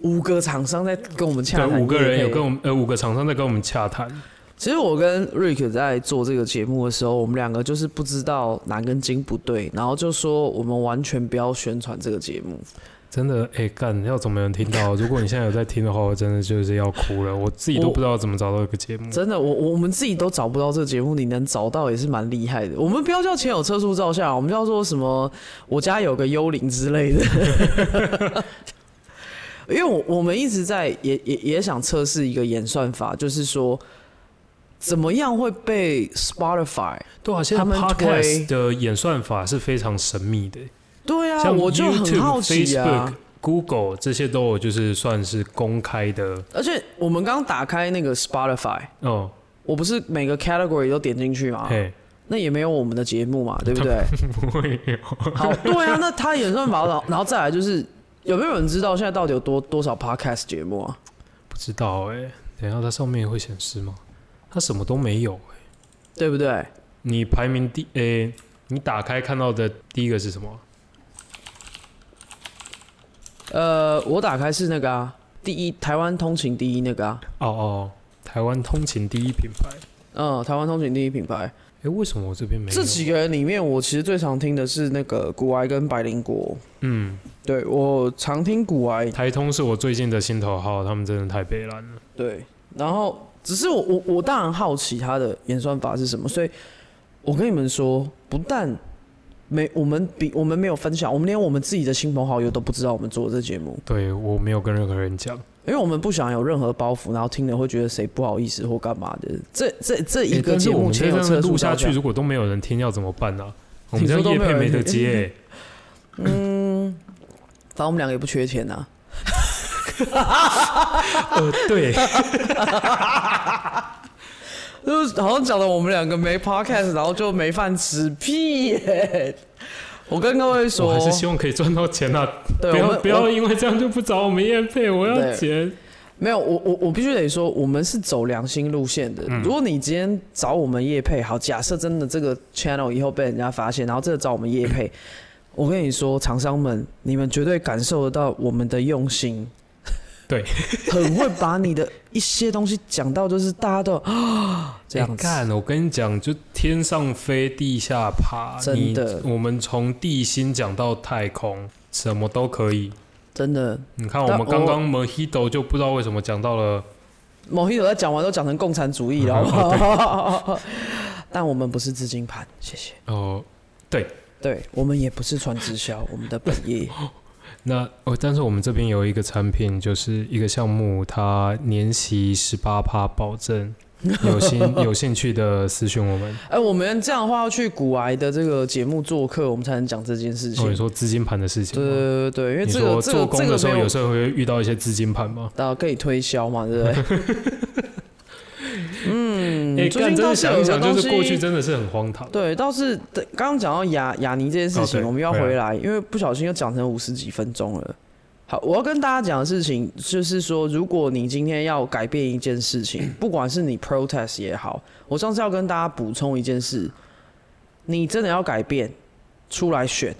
五个厂商在跟我们洽
对，
谈，
五个人有跟我。们呃五个厂商在跟我们洽谈，
其实我跟 Rick 在做这个节目的时候，我们两个就是不知道哪根筋不对，然后就说我们完全不要宣传这个节目，
真的，哎、 (laughs) 干，要怎么能听到？如果你现在有在听的话，我真的就是要哭了，我自己都
我
不知道怎么找到一个节目。
真的，我我们自己都找不到这个节目，你能找到也是蛮厉害的。我们不要叫前有车速照相，我们叫做什么？我家有个幽灵之类的。 (laughs) 因为我我们一直在也也也想测试一个演算法，就是说怎么样会被 Spotify？
对啊，现在
他们
podcast
推
的演算法是非常神秘的、
(laughs) 对啊，
像
我就
YouTube
很好奇啊。
Facebook Google 这些都有，就是算是公开的
而且我们刚打开那个 Spotify，
哦，
我不是每个 category 都点进去吗？
嘿， (laughs)
那也没有我们的节目嘛，对不对？
不会有，
好， (laughs) 对啊，那他演算法，然后然后再来就是，有没有人知道现在到底有多多少 podcast 节目啊？
不知道哎、等一下它上面会显示吗？它什么都没有、欸、
对不对？
你排名第哎、你打开看到的第一个是什么？
呃，我打开是那个啊，第一台湾通勤第一那个啊，
哦哦，台湾通勤第一品牌。
嗯，台湾通勤第一品牌。
哎、为什么我这边没有？
这几个人里面，我其实最常听的是那个古癌跟百灵果。
嗯，
对我常听古癌，
台通是我最近的心头好，他们真的太悲蓝了。
对，然后只是我我我当然好奇它的演算法是什么，所以我跟你们说，不但没我们比我们没有分享，我们连我们自己的亲朋好友都不知道我们做这节目，
对我没有跟任何人讲，
因为我们不想有任何包袱，然后听了会觉得谁不好意思或干嘛的。这这这
诶
一个
但是
节
我
目
们这
前有
样
车
子录
速
下
到
去，
家，
如果都没有人听，要怎么办呢、我们
听
这
说
样
都
叶
没有
配没
人
得
听
接、
(laughs) 反正我们两个也不缺钱呐、啊。
呃，对，
就是好像讲的我们两个没 podcast，然后就没饭吃，屁耶！我跟各位
我
说
还，是希望可以赚到钱啊！
对，
不
我
要
们
不要因为这样就不找我们叶配，我要
对
钱。
没有，我我我必须得说，我们是走良心路线的。
嗯
如果你今天找我们叶配，好，假设真的这个 channel 以后被人家发现，然后真的找我们
(clears throat)
叶配，我跟你说，厂商们，你们绝对感受得到我们的用心。
对，
很会把你的一些东西讲到，就是大家都
(gasps)
啊这样
欸
子。
干、我跟你讲，就天上飞，地下爬，
真的
你我们从地心讲到太空，什么都可以。
真的
你看，我
但
们刚
我
刚 Mojito 就不知道为什么讲到了，
某一友在讲完都讲成共产主义了，好不好
(laughs)
(laughs) 但我们不是资金盘，谢谢。
哦、
对我们也不是传直销，我们的本业。
那哦，但是我们这边有一个产品，就是一个项目，它年息十八趴保
(laughs)
证。有兴有兴趣的私讯我们，
哎、我们这样的话要去古癌的这个节目做客，我们才能讲这件事情。
哦，你说资金盘的事情
对
吗，
对对对，因为
你
这
说
个这
做
个
工
这
的时
个
候，
没
有
有
时候会遇到一些资金盘吗？
到可以推销嘛，对不对？嗯，
哎、
最
干
近
真
倒
的
是有
想一
一个
想，
东
就是过
西
去，真的是很荒唐。 (laughs)
对，倒是对刚刚讲到雅雅尼这件事
哦对
情，我们又要
回
回来，因为不小心又讲成五十几分钟了。好，我要跟大家讲的事情就是说，如果你今天要改变一件
(clears throat)
事情，不管是你 protest 也好，我上次要跟大家补充一件事，你真的要改变，出来选，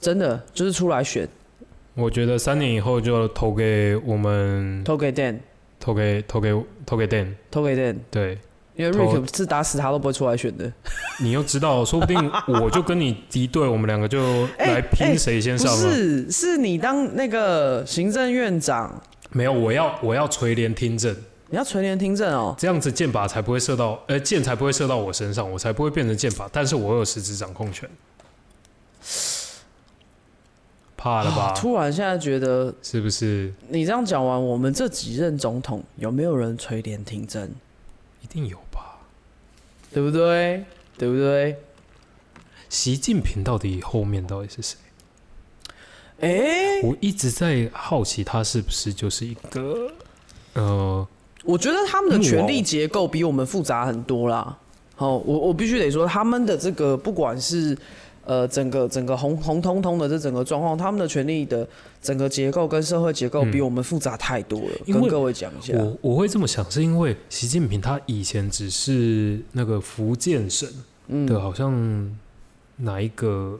真的就是出来选，
我觉得三年以后就投给我们，
投给 Dan，
投给投给投给 Dan。
投给 Dan，
对，
因为
投
Rick 是打死他都不会出来选的。
你又知道，说不定我就跟你敌对，我们两个就
哎
来拼谁先
不
上啊了。
是，是你当那个行政院长，
没有，我要我要垂帘听政，
你要垂帘听政哦。
这样子箭靶才不会射到，呃，箭才不会射到我身上，我才不会变成箭靶。但是我有实质掌控权，怕了吧
啊？突然现在觉得
是不是？
你这样讲完，我们这几任总统有没有人垂帘听政？
一定有吧？
对不对？对不对？
习近平到底后面到底是谁？
哎，
我一直在好奇，他是不是就是一个呃，
我觉得他们的权力结构比我们复杂很多啦。好，我我必须得说，他们的这个不管是呃整个整个红红彤彤的这整个状况，他们的权力的整个结构跟社会结构比我们复杂太多了。
因为
跟各位讲一下，
我我会这么想，是因为习近平他以前只是那个福建省
嗯
的，好像哪一个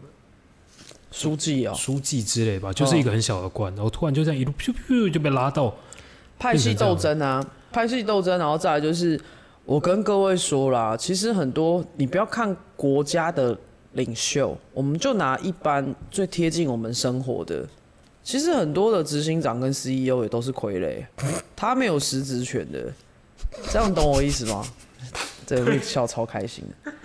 书记哦，
书记之类吧，就是一个很小的官，然后突然就这样一路咻咻就被拉到，
派系斗争啊，派系斗争，然后再来就是，我跟各位说啦，其实很多你不要看国家的领袖，我们就拿一般最贴近我们生活的，其实很多的执行长跟 CEO 也都是傀
(laughs)
儡，他没有实职权的，这样懂我意思吗？这 Rick 笑超开心的，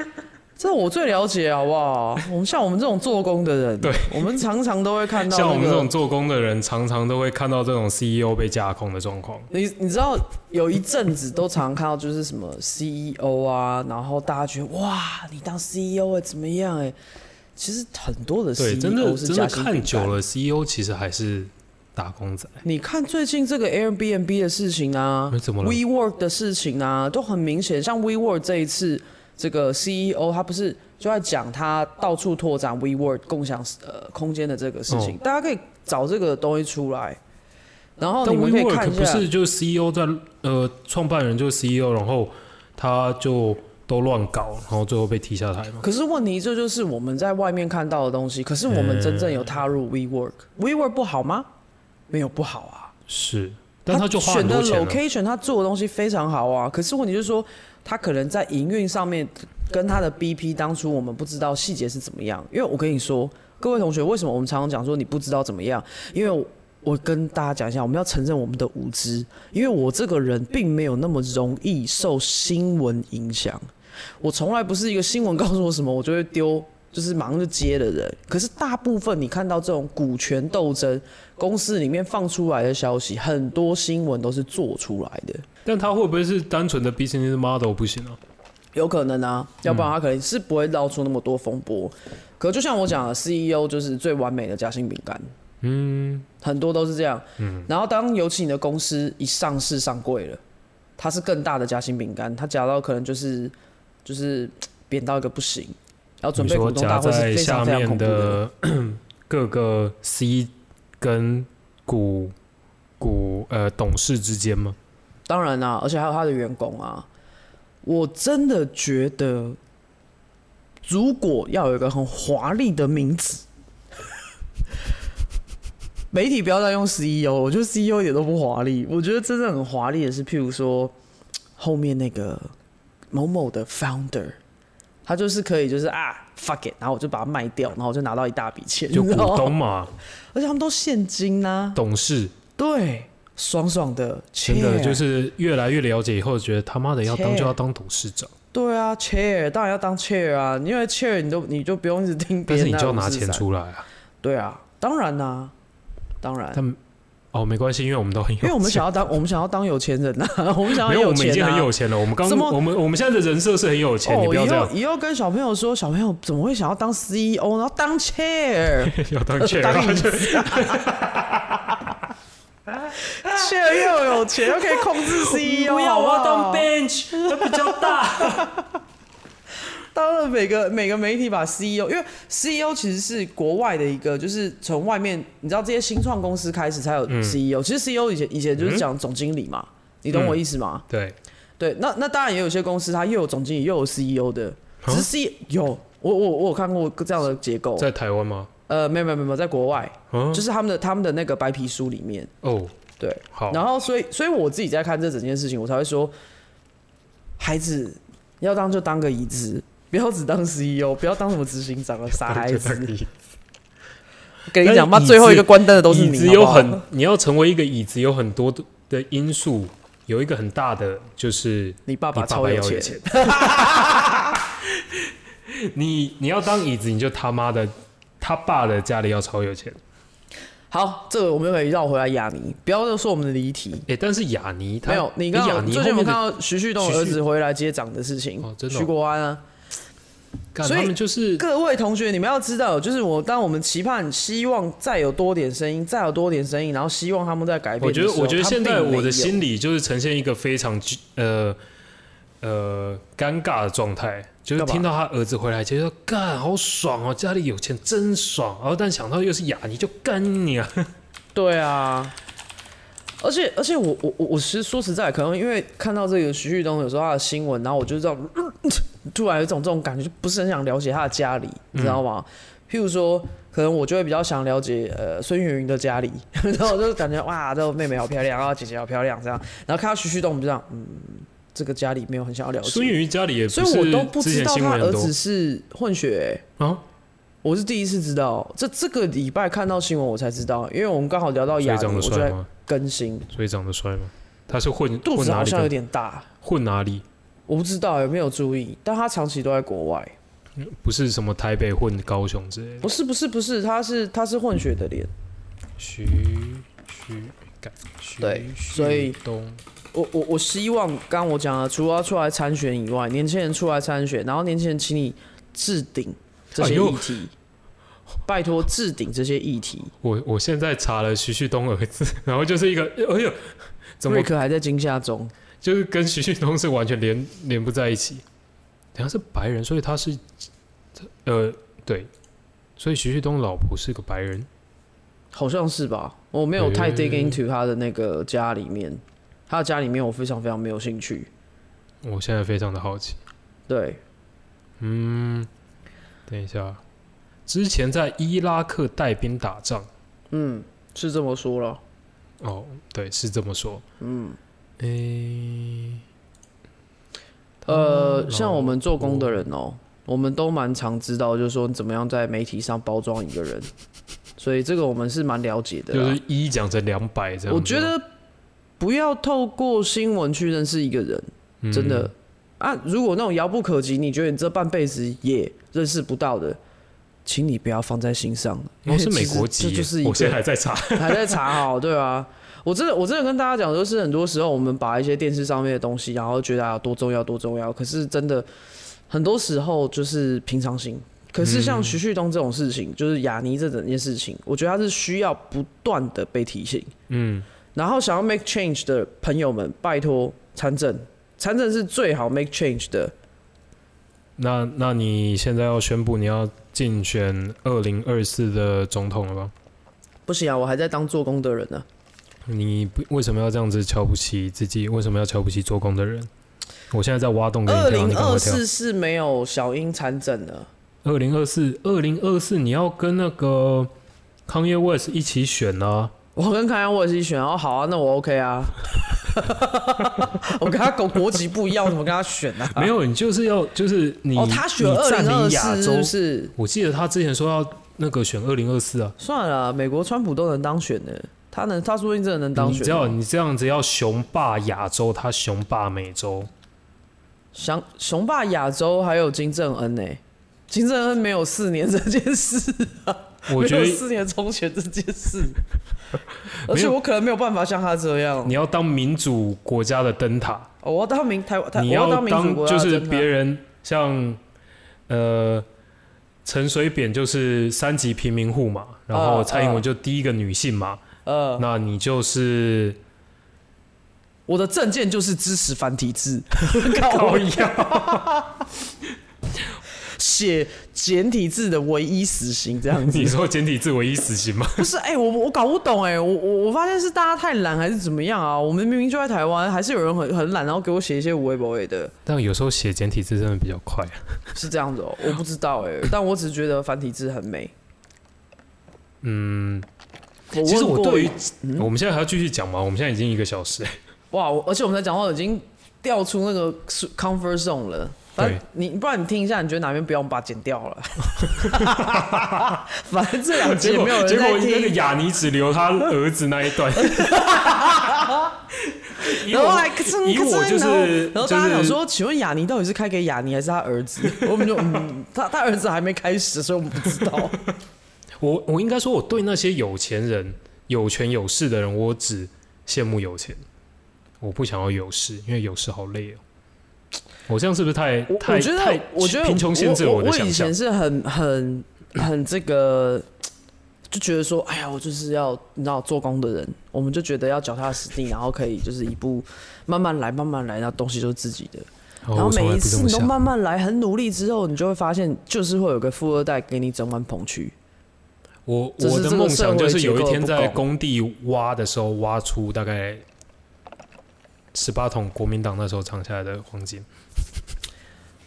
这我最了解好不好？我们像我们这种做工的人，
对，
我们常常都会看到、那
像我们
个
这种做工的人，常常都会看到这种 CEO 被架空的状况。
你你知道有一阵子都常常看到就是什么 CEO 啊，然后大家觉得哇，你当 CEO 哎、怎么样哎、其实很多的
对，真
CEO
的
E 是
真
加
的
薪
看
饼
久
干
了，CEO 其实还是打工仔。
你看最近这个 Airbnb 的事情啊
那怎么了
，WeWork 的事情啊，都很明显。像 WeWork 这一次，这个 CEO 他不是就在讲他到处拓展 WeWork 共享呃空间的这个事情，
哦
大家可以找这个东西出来，然后
但
哦你们可以
WeWork
看一
不
下。
是就 CEO 在呃创办人就是 CEO，然后他就都乱搞，然后最后被踢下台嘛？
可是问题，这就是我们在外面看到的东西。可是我们真正有踏入 WeWork，WeWork、不好吗？没有不好啊。
是，但他就花很
选
多
的
钱了。啊
location，他做的东西非常好啊。可是问题就是说，他可能在营运上面跟他的 BP 当初我们不知道细节是怎么样。因为我跟你说，各位同学，为什么我们常常讲说你不知道怎么样？因为我我跟大家讲一下，我们要承认我们的无知，因为我这个人并没有那么容易受新闻影响。我从来不是一个新闻告诉我什么，我就会丢，就是马上就接的人。可是大部分你看到这种股权斗争，公司里面放出来的消息，很多新闻都是做出来的，
但他会不会是单纯的 business model 不行啊？
有可能啊，
嗯
要不然他可能是不会闹出那么多风波。可就像我讲的，CEO 就是最完美的夹心饼干，
嗯，
很多都是这样。嗯，然后当尤其你的公司一上市上柜了，它是更大的夹心饼干，它夹到可能就是就是嘖扁到一个不行，然后准
你
备股
说
东大
夹
会是
在
非
下
常非常恐
面
怖的。
的 (clears throat) 各个 C 跟股股呃董事之间吗？
当然啦、而且还有他的员工啊。我真的觉得，如果要有一个很华丽的名字， (laughs) 媒体不要再用 CEO，我觉得 CEO 一点都不华丽。我觉得真正很华丽的是，譬如说后面那个某某的 founder。他就是可以，就是啊，fuck it，然后我就把它卖掉，然后我就拿到一大笔钱，
就
(laughs) 你
股
知道吗
东嘛，
而且他们都现金呐、
董事
对，爽爽的，
真的
chair
就是越来越了解以后，觉得他妈的要当就要当董事长，
对啊，chair 当然要当 chair 啊，因为 chair 你都你就不用一直听别
但是
人，啊
你就要拿钱。出来啊。
对啊，当然啦、当然，
但哦，没关系，因为我们都很有
因
钱，
为我们想要当我们想要当有钱人啊， (laughs) 我们想要
(laughs) 没有，我们已
钱
经
啊。
很有钱了。我们刚
怎么
我们我们现在的人设是很有钱，你
哦，
不要
以
这
后
样，
以后跟小朋友说，小朋友怎么会想要当 CEO，然后当 chair，
(laughs) 要当 (laughs) chair，
呃当啊
然后
影
就 (laughs)
子 (laughs) chair 又有钱又可以控制
(laughs)
CEO，好不好
bench，那比较大。
当然，每个每个媒体把 E CEO，因为 CEO 其实是国外的一个，就是从外面，你知道这些新创公司开始才有
嗯
CEO、其实 CEO 以前以前就是讲总经理嘛，你懂我意思吗？
对，
对，那那当然也有些公司它又有总经理又有 CEO 的，只
啊
是 C E 有我我我有看过这样的结构，
在台湾吗？
呃，没有没有没有，在国外、
嗯
就，是他们的他们的那个白皮书里面，
哦，
对，
好，
然后所以所以我自己在看这整件事情，我才会说，孩子要当就当个椅子，不要只当 CEO，不要当什么执行长了，啊傻孩
就这样
子。
椅
跟你
但
讲，
是
妈，
椅
最后一
子
个关灯的都是
椅
你，
子
好不
有
好
很，你要成为一个椅子有很多的的因素，有一个很大的就是
你爸
你
爸
爸
超
爸
有
要有
钱
钱， (laughs) 你你要当椅子，你就他妈的他爸的家里要超有钱。
好，这个我们就可以绕回来雅尼，不要再说我们的离题。
哎、但是雅尼他
没有，你
诶
刚
雅
好
尼
最近有没
后面
有看
的
到徐旭东的
徐
儿
旭
子回来接掌的事情？
哦真的哦
徐国安啊，
干
所以
他们就是
各位同学，你们要知道，就是我当我们期盼、希望再有多点声音，再有多点声音，然后希望他们在改变
我
的
觉
时
得，
候。
我觉得
他
现在
并没
我的
有
心里就是呈现一个非常巨呃呃尴尬的状态，就是
干嘛
听到他儿子回来，就说干好爽哦，家里有钱真爽。然后但想到又是雅尼，就干 (laughs) 你啊！
对啊，而且而且我我我我是说实在，可能因为看到这个徐旭东有时候他的新闻，然后我就这样、嗯突然有一种这种感觉，就不是很想了解他的家
嗯
里，你知道吗？譬如说，可能我就会比较想了解呃孙云云的家里， (laughs) 然后我就感觉哇，这个妹妹好漂亮啊，姐姐好漂亮这样，然后看到徐旭东，我们就这样嗯，这个家里没有很想要了解，
孙宇家里也不
所以我都不
是之
知
前
道
新闻
他
很
儿
多
子是混血欸、
啊，
我是第一次知道，这这个礼拜看到新闻我才知道，因为我们刚好聊到
所
亚
以
尼，
长
我
得
就
帅
在
吗？
更新，
所以长得帅吗？他是混
肚
混
子
哪
好
里
像有
跟？
点大，
混哪里？
我不知道有没有注意，但他长期都在国外，
不是什么台北混高雄之类的。
不是不是不是，他是他是混血的脸，
徐徐干徐
对
徐
所以
东
我我我希望刚刚我讲了，除了要出来参选以外，年轻人出来参选，然后年轻人请你置顶这些
哎呦
议题，拜托置顶这些议题。
我我现在查了徐旭东儿子， (laughs) 然后就是一个，哎呦，怎么
瑞克还在惊吓中，
就是跟徐旭东是完全连连不在一起？等一下是白人，所以他是，呃，对，所以徐旭东老婆是个白人，
好像是吧？我没有太 dig
嗯
into 他的那个家里面，他的家里面我非常非常没有兴趣。
我现在非常的好奇。
对，
嗯，等一下，之前在伊拉克带兵打仗，
嗯，是这么说了。
哦，对，是这么说。
嗯，
诶、哦
呃，像我们做工的人哦、我们都蛮常知道，就是说你怎么样在媒体上包装一个人，所以这个我们是蛮了解的啦。
就是一讲成两百这样子吗。
啊
啊
我觉得不要透过新闻去认识一个人，
嗯
真的、啊！如果那种遥不可及，你觉得你这半辈子也认识不到的，请你不要放在心上。
我哦是
因为
美
(laughs) 其实
国籍
这
耶，
就是一
我现
个
在还在查。 (laughs)
还在查好，对啊。我真的，我真的跟大家讲，就是很多时候我们把一些电视上面的东西，然后觉得啊多重要多重要，可是真的很多时候就是平常心。可是
嗯
像徐旭东这种事情，就是雅尼这整件事情，我觉得他是需要不断的被提醒。
嗯，
然后想要 make change 的朋友们，拜托参政，参政是最好 make change 的。
那那你现在要宣布你要竞选二零二四的总统了吧？
不行啊，我还在当做工的人呢、
你不为什么要这样子瞧不起自己？为什么要瞧不起做工的人？我现在在挖洞给
二
你跳，你
零
赶快
二
跳。
四是没有小英参政的，
二零二四，二零二四，你要跟那个康业 West 一起选啊！
我跟康阳我也是一选，哦，好啊，那我 OK
(laughs)
啊。我跟他国国籍不一样，我怎么跟他选呢、啊？
没有，你就是要，就是你，
哦，他选
你
二
占
零
领
二
亚
四是
洲
不。是？
我记得他之前说要那个选二零二四啊，
算了，美国川普都能当选的，他能，他说不定真的能当
你
选
知道。你这样子要雄霸亚洲，他雄霸美洲，
雄雄霸亚洲还有金正恩呢、金正恩没有四年这件事，
我觉
没
得
有四年充钱这件事，而
没
且
有
我可能没有办法像他这样
你，要当民主国家的灯塔，
哦我要当民台台，
你
我
要
当民主国家
就
的
是
侦探
别人像呃陈水扁就是三级贫民户嘛，然后
啊
蔡英文
啊
就第一个女性嘛，
呃，
那你就是
我的证件就是支持繁
(laughs)
体字，
高
(laughs) 靠
一样，
写简体字的唯一死刑这样
(laughs)
子
你。说简体字唯一死刑吗？
不是，哎、我我搞不懂、哎，我我我发现是大家太懒还是怎么样啊？我们明明就在台湾，还是有人很很懒，然后给我写一些无微不微的。
(laughs) 但有时候写简体字真的比较快。啊
是这样子哦、我不知道哎、但我只是觉得繁体字很美。
嗯，
我
其实
问
我
过嗯
对于、我们现在还要继续讲吗？我们现在已经一个小
(laughs)
时，
哇，我而且我们在讲话已经调出那个 su- comfort zone 了。反正
对
你不然你听一下，你觉得哪边不要我们把它剪掉了？ (laughs) 反正这两集
结
也
果
没有人
结
在
果那个
听，
雅尼只留他儿子那一
(laughs)
段。以
然后
我
来可
以我就是
然后大家
就
想
是
说，请问雅尼到底是开给雅尼还是他儿子？
(laughs)
我们就嗯，他他儿子还没开始，所以我们不知道。
我我应该说，我对那些有钱人、有权有势的人，我只羡慕有钱，我不想要有势，因为有势好累哦。我这样是不是太
我
太
我觉
太
得，我觉得
贫穷限制了
我
的
我
想
以
象
前？是很很很这个，就觉得说，哎呀，我就是要你知道做工的人，我们就觉得要脚踏实地，然后可以就是一步慢慢来，慢慢来，然后东西就是自己的。
哦
然后
我从
每
来
一
不这
次
么
你都
想。
慢慢来，很努力之后，你就会发现，就是会有个富二代给你整碗捧去。
我
这是
我的
这个
梦
社
想
会
就是有一
结构
天
不
在
够
工地挖的时候，挖出大概十八桶国民党那时候藏下来的黄金。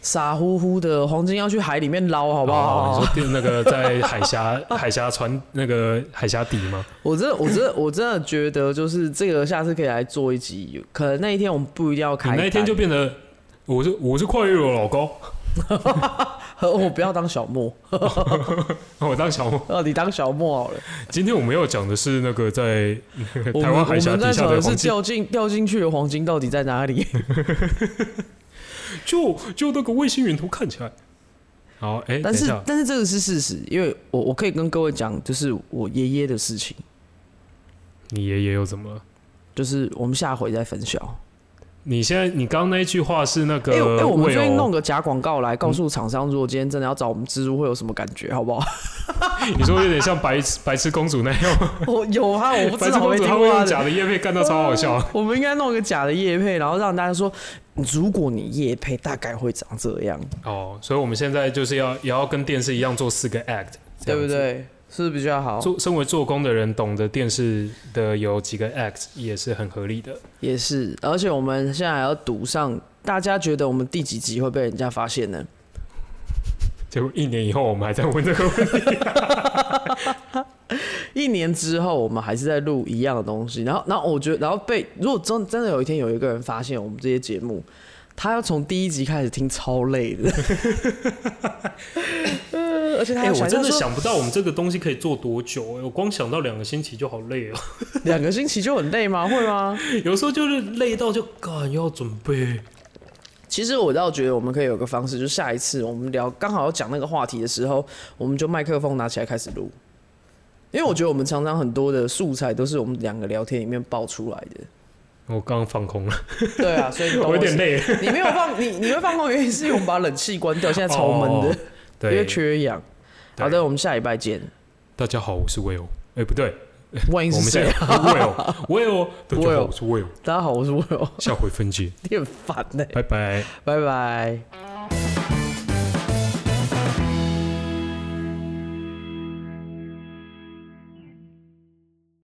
傻乎乎的黄金要去海里面捞，好不好？
哦你说那个在海峡海峡船那个海峡底
(laughs)
吗？
我真的，我真的，我真的觉得，就是这个下次可以来做一集。可能那一天我们不一定要
你
开单，
那一天就变得，我是我是跨越我老公，
我不要当小莫， (laughs)
(laughs) 我当小莫。
呃，你当小莫好了。
今天我们要讲的是那个在 (laughs)
我
台
们
湾
我
海
们
峡
在
底下
想
的
的
黄金，
是掉进掉进去的黄金到底在哪
(laughs)
里？
就就那个卫星云图看起来。好，哎、等
但
一
是
下，
但是这个是事实，因为我我可以跟各位讲，就是我爷爷的事情，
你爷爷又怎么了？
就是我们下回再分享。
你现在你刚刚那一句话是那个
哎、哎、我们
魏
最
哦
近弄个假广告来告诉厂商，如果今天真的要找我们蜘蛛，会有什么感觉，好不好？ (laughs)
你说有点像白痴白痴公主那样吗，
我有啊，我
(laughs)
不
白
知
痴
道，
公
我没
主
听
她会
过
用
他
假
的。
的叶配干到超好笑。
(laughs) 我们应该弄个假的叶配，然后让大家说，如果你叶配大概会长这样，
哦，所以我们现在就是要也要跟电视一样做四个 act，这
对
样
不
子？
对？是不是比较好？
做身为做工的人，懂得电视的有几个 act 也是很合理的。
也是，而且我们现在还要赌上，大家觉得我们第几集会被人家发现呢？
结果一年以后，我们还在问这个问题。
一年之后，我们还是在录一样的东西。然后，然后我觉得，然后被如果真真的有一天有一个人发现我们这些节目，他要从第一集开始听，超累 (laughs) 的。呃而且他
哎、
还
我
想
真
象
的
说
想不到我们这个东西可以做多久、哎我光想到两个星期就好累哦、 (laughs)
两个星期就很累吗？会吗？
有时候就是累到就干要准备。
其实我倒觉得我们可以有个方式，就下一次我们聊刚好要讲那个话题的时候，我们就麦克风拿起来开始录。因为我觉得我们常常很多的素材都是我们两个聊天里面爆出来的，
我刚刚放空了，
(laughs) 对啊，所以你懂
我有点
意思。
累。
你没有放你你会放空，原因是因为我们把冷气关掉，现在超闷的，
哦
因为
对，
缺氧。
对
好的，我们下礼拜见。
大家好，我是 Will。哎、不对，
万一
我
是
们现
谁 (laughs)
在
啊？
Will，Will，大家好，
Will
我是 Will，
(laughs) 大家好，我是 Will，
下回分解，
你很烦呢、
拜拜。
欸拜拜。